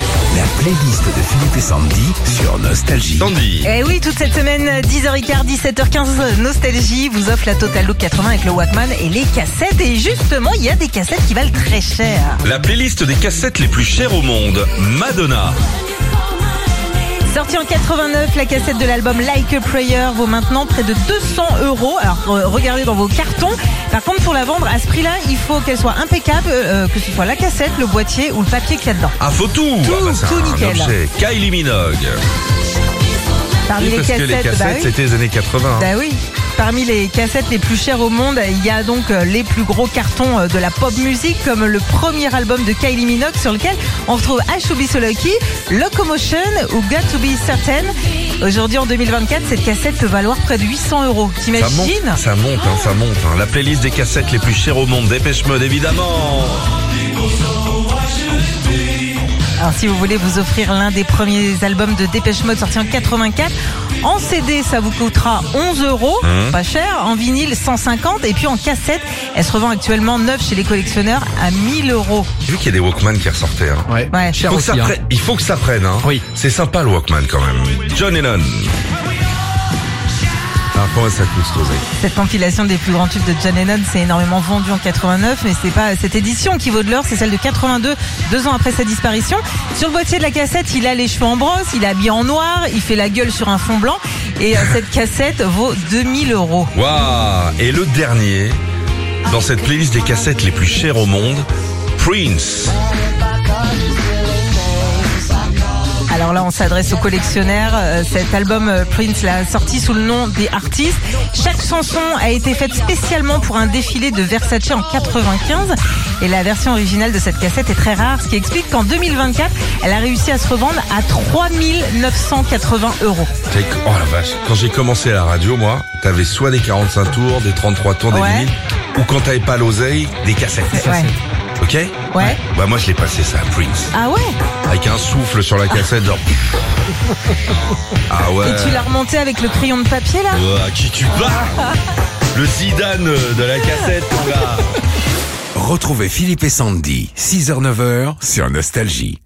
La playlist de Philippe et Sandy sur Nostalgie. Sandy. Eh oui, toute cette semaine, 10h15, 17h15, Nostalgie vous offre la Total Look 80 avec le Walkman et les cassettes. Et justement, il y a des cassettes qui valent très cher. La playlist des cassettes les plus chères au monde. Madonna. Sortie en 89, la cassette de l'album Like a Prayer vaut maintenant près de 200 euros. Alors euh, regardez dans vos cartons. Par contre, pour la vendre à ce prix-là, il faut qu'elle soit impeccable, euh, euh, que ce soit la cassette, le boîtier ou le papier qu'il y a dedans. Ah, faut tout. Tout, Ah, c'est tout un nickel. objet. Kylie Minogue. Parmi les parce que cassettes, les bah cassettes, oui. c'était les années 80. Bah oui. Parmi les cassettes les plus chères au monde, il y a donc euh, les plus gros cartons euh, de la pop musique, comme le premier album de Kylie Minogue, sur lequel on retrouve I Should Be So Lucky, Locomotion ou Got to Be Certain. Aujourd'hui, en 2024, cette cassette peut valoir près de 800 euros. Ça monte, T'imagines ça monte, hein, ça monte. hein. La playlist des cassettes les plus chères au monde. Dépêche Mode, évidemment. Alors, si vous voulez vous offrir l'un des premiers albums de Dépêche Mode sorti en 84, en CD, ça vous coûtera 11 euros, Mmh. pas cher. En vinyle, 150. Et puis en cassette, elle se revend actuellement neuve chez les collectionneurs à 1000 euros. J'ai vu qu'il y a des Walkman qui ressortaient. hein. Ouais. Ouais. Cher Faut que ça aussi, hein. prenne- Il faut que ça prenne. Hein. Oui. C'est sympa le Walkman quand même. John Lennon. Alors comment ça coûte cet oseille Cette compilation des plus grands tubes de John Lennon s'est énormément vendue en 89, mais c'est pas cette édition qui vaut de l'or, c'est celle de 82, deux ans après sa disparition. Sur le boîtier de la cassette, il a les cheveux en brosse, il est habillé en noir, il fait la gueule sur un fond blanc, et euh, cette cassette vaut 2000 euros. Waouh Et le dernier, dans cette playlist des cassettes les plus chères au monde, Prince. Alors là, on s'adresse aux collectionnaires. Euh, Cet album euh, Prince l'a sorti sous le nom des artistes. Chaque chanson a été faite spécialement pour un défilé de Versace en 95. Et la version originale de cette cassette est très rare, ce qui explique qu'en 2024, elle a réussi à se revendre à 3980 euros. T'as- Oh la vache, quand j'ai commencé à la radio, moi, t'avais soit des 45 tours, des 33 tours, des Ouais. vinyles, ou quand t'avais pas l'oseille, des cassettes. Ouais. Ok Ouais. Bah moi je l'ai passé ça à Prince. Ah ouais Avec un souffle sur la cassette, genre... Ah ouais Et tu l'as remonté avec le crayon de papier là Ouais, à qui tu bats Le Zidane euh, de la cassette, mon gars Retrouvez Philippe et Sandy, 6h-9h sur Nostalgie.